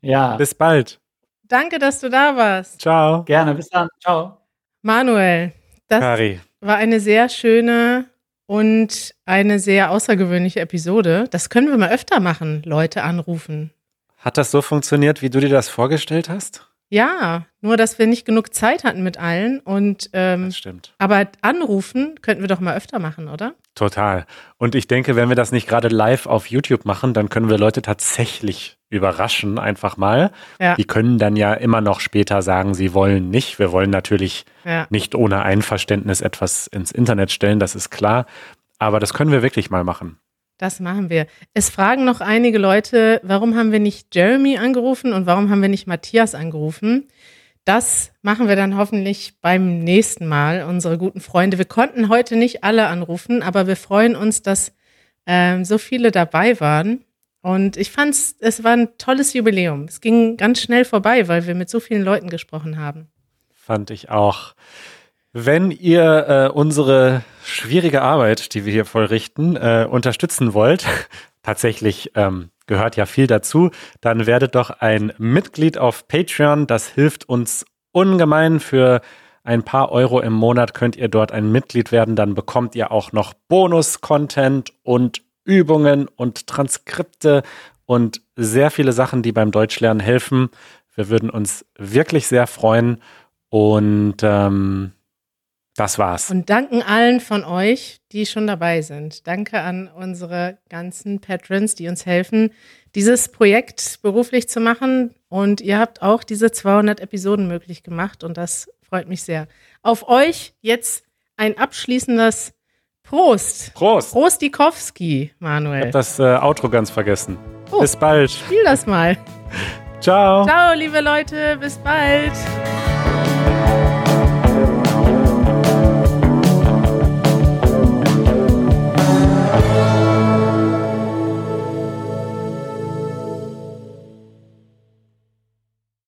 Ja. Bis bald. Danke, dass du da warst. Ciao. Gerne, bis dann. Ciao. Manuel, das Kari. war eine sehr schöne und eine sehr außergewöhnliche Episode. Das können wir mal öfter machen, Leute anrufen. Hat das so funktioniert, wie du dir das vorgestellt hast? Ja, nur dass wir nicht genug Zeit hatten mit allen und ähm, das stimmt. Aber anrufen könnten wir doch mal öfter machen, oder? Total. Und ich denke, wenn wir das nicht gerade live auf YouTube machen, dann können wir Leute tatsächlich überraschen, einfach mal. Ja. Die können dann ja immer noch später sagen, sie wollen nicht. Wir wollen natürlich Ja. nicht ohne Einverständnis etwas ins Internet stellen, das ist klar. Aber das können wir wirklich mal machen. Das machen wir. Es fragen noch einige Leute, warum haben wir nicht Jeremy angerufen und warum haben wir nicht Matthias angerufen? Das machen wir dann hoffentlich beim nächsten Mal, unsere guten Freunde. Wir konnten heute nicht alle anrufen, aber wir freuen uns, dass ähm, so viele dabei waren. Und ich fand es, es war ein tolles Jubiläum. Es ging ganz schnell vorbei, weil wir mit so vielen Leuten gesprochen haben. Fand ich auch. Wenn ihr äh, unsere schwierige Arbeit, die wir hier vollrichten, äh, unterstützen wollt, (laughs) tatsächlich ähm, gehört ja viel dazu, dann werdet doch ein Mitglied auf Patreon. Das hilft uns ungemein. Für ein paar Euro im Monat könnt ihr dort ein Mitglied werden. Dann bekommt ihr auch noch Bonus-Content und Übungen und Transkripte und sehr viele Sachen, die beim Deutschlernen helfen. Wir würden uns wirklich sehr freuen. Und ähm, das war's. Und danken allen von euch, die schon dabei sind. Danke an unsere ganzen Patrons, die uns helfen, dieses Projekt beruflich zu machen. Und ihr habt auch diese 200 Episoden möglich gemacht. Und das freut mich sehr. Auf euch jetzt ein abschließendes Prost. Prost. Prostikowski, Ich Manuel. habe das äh, Outro ganz vergessen. Oh. Bis bald. Spiel das mal. Ciao. Ciao, liebe Leute. Bis bald.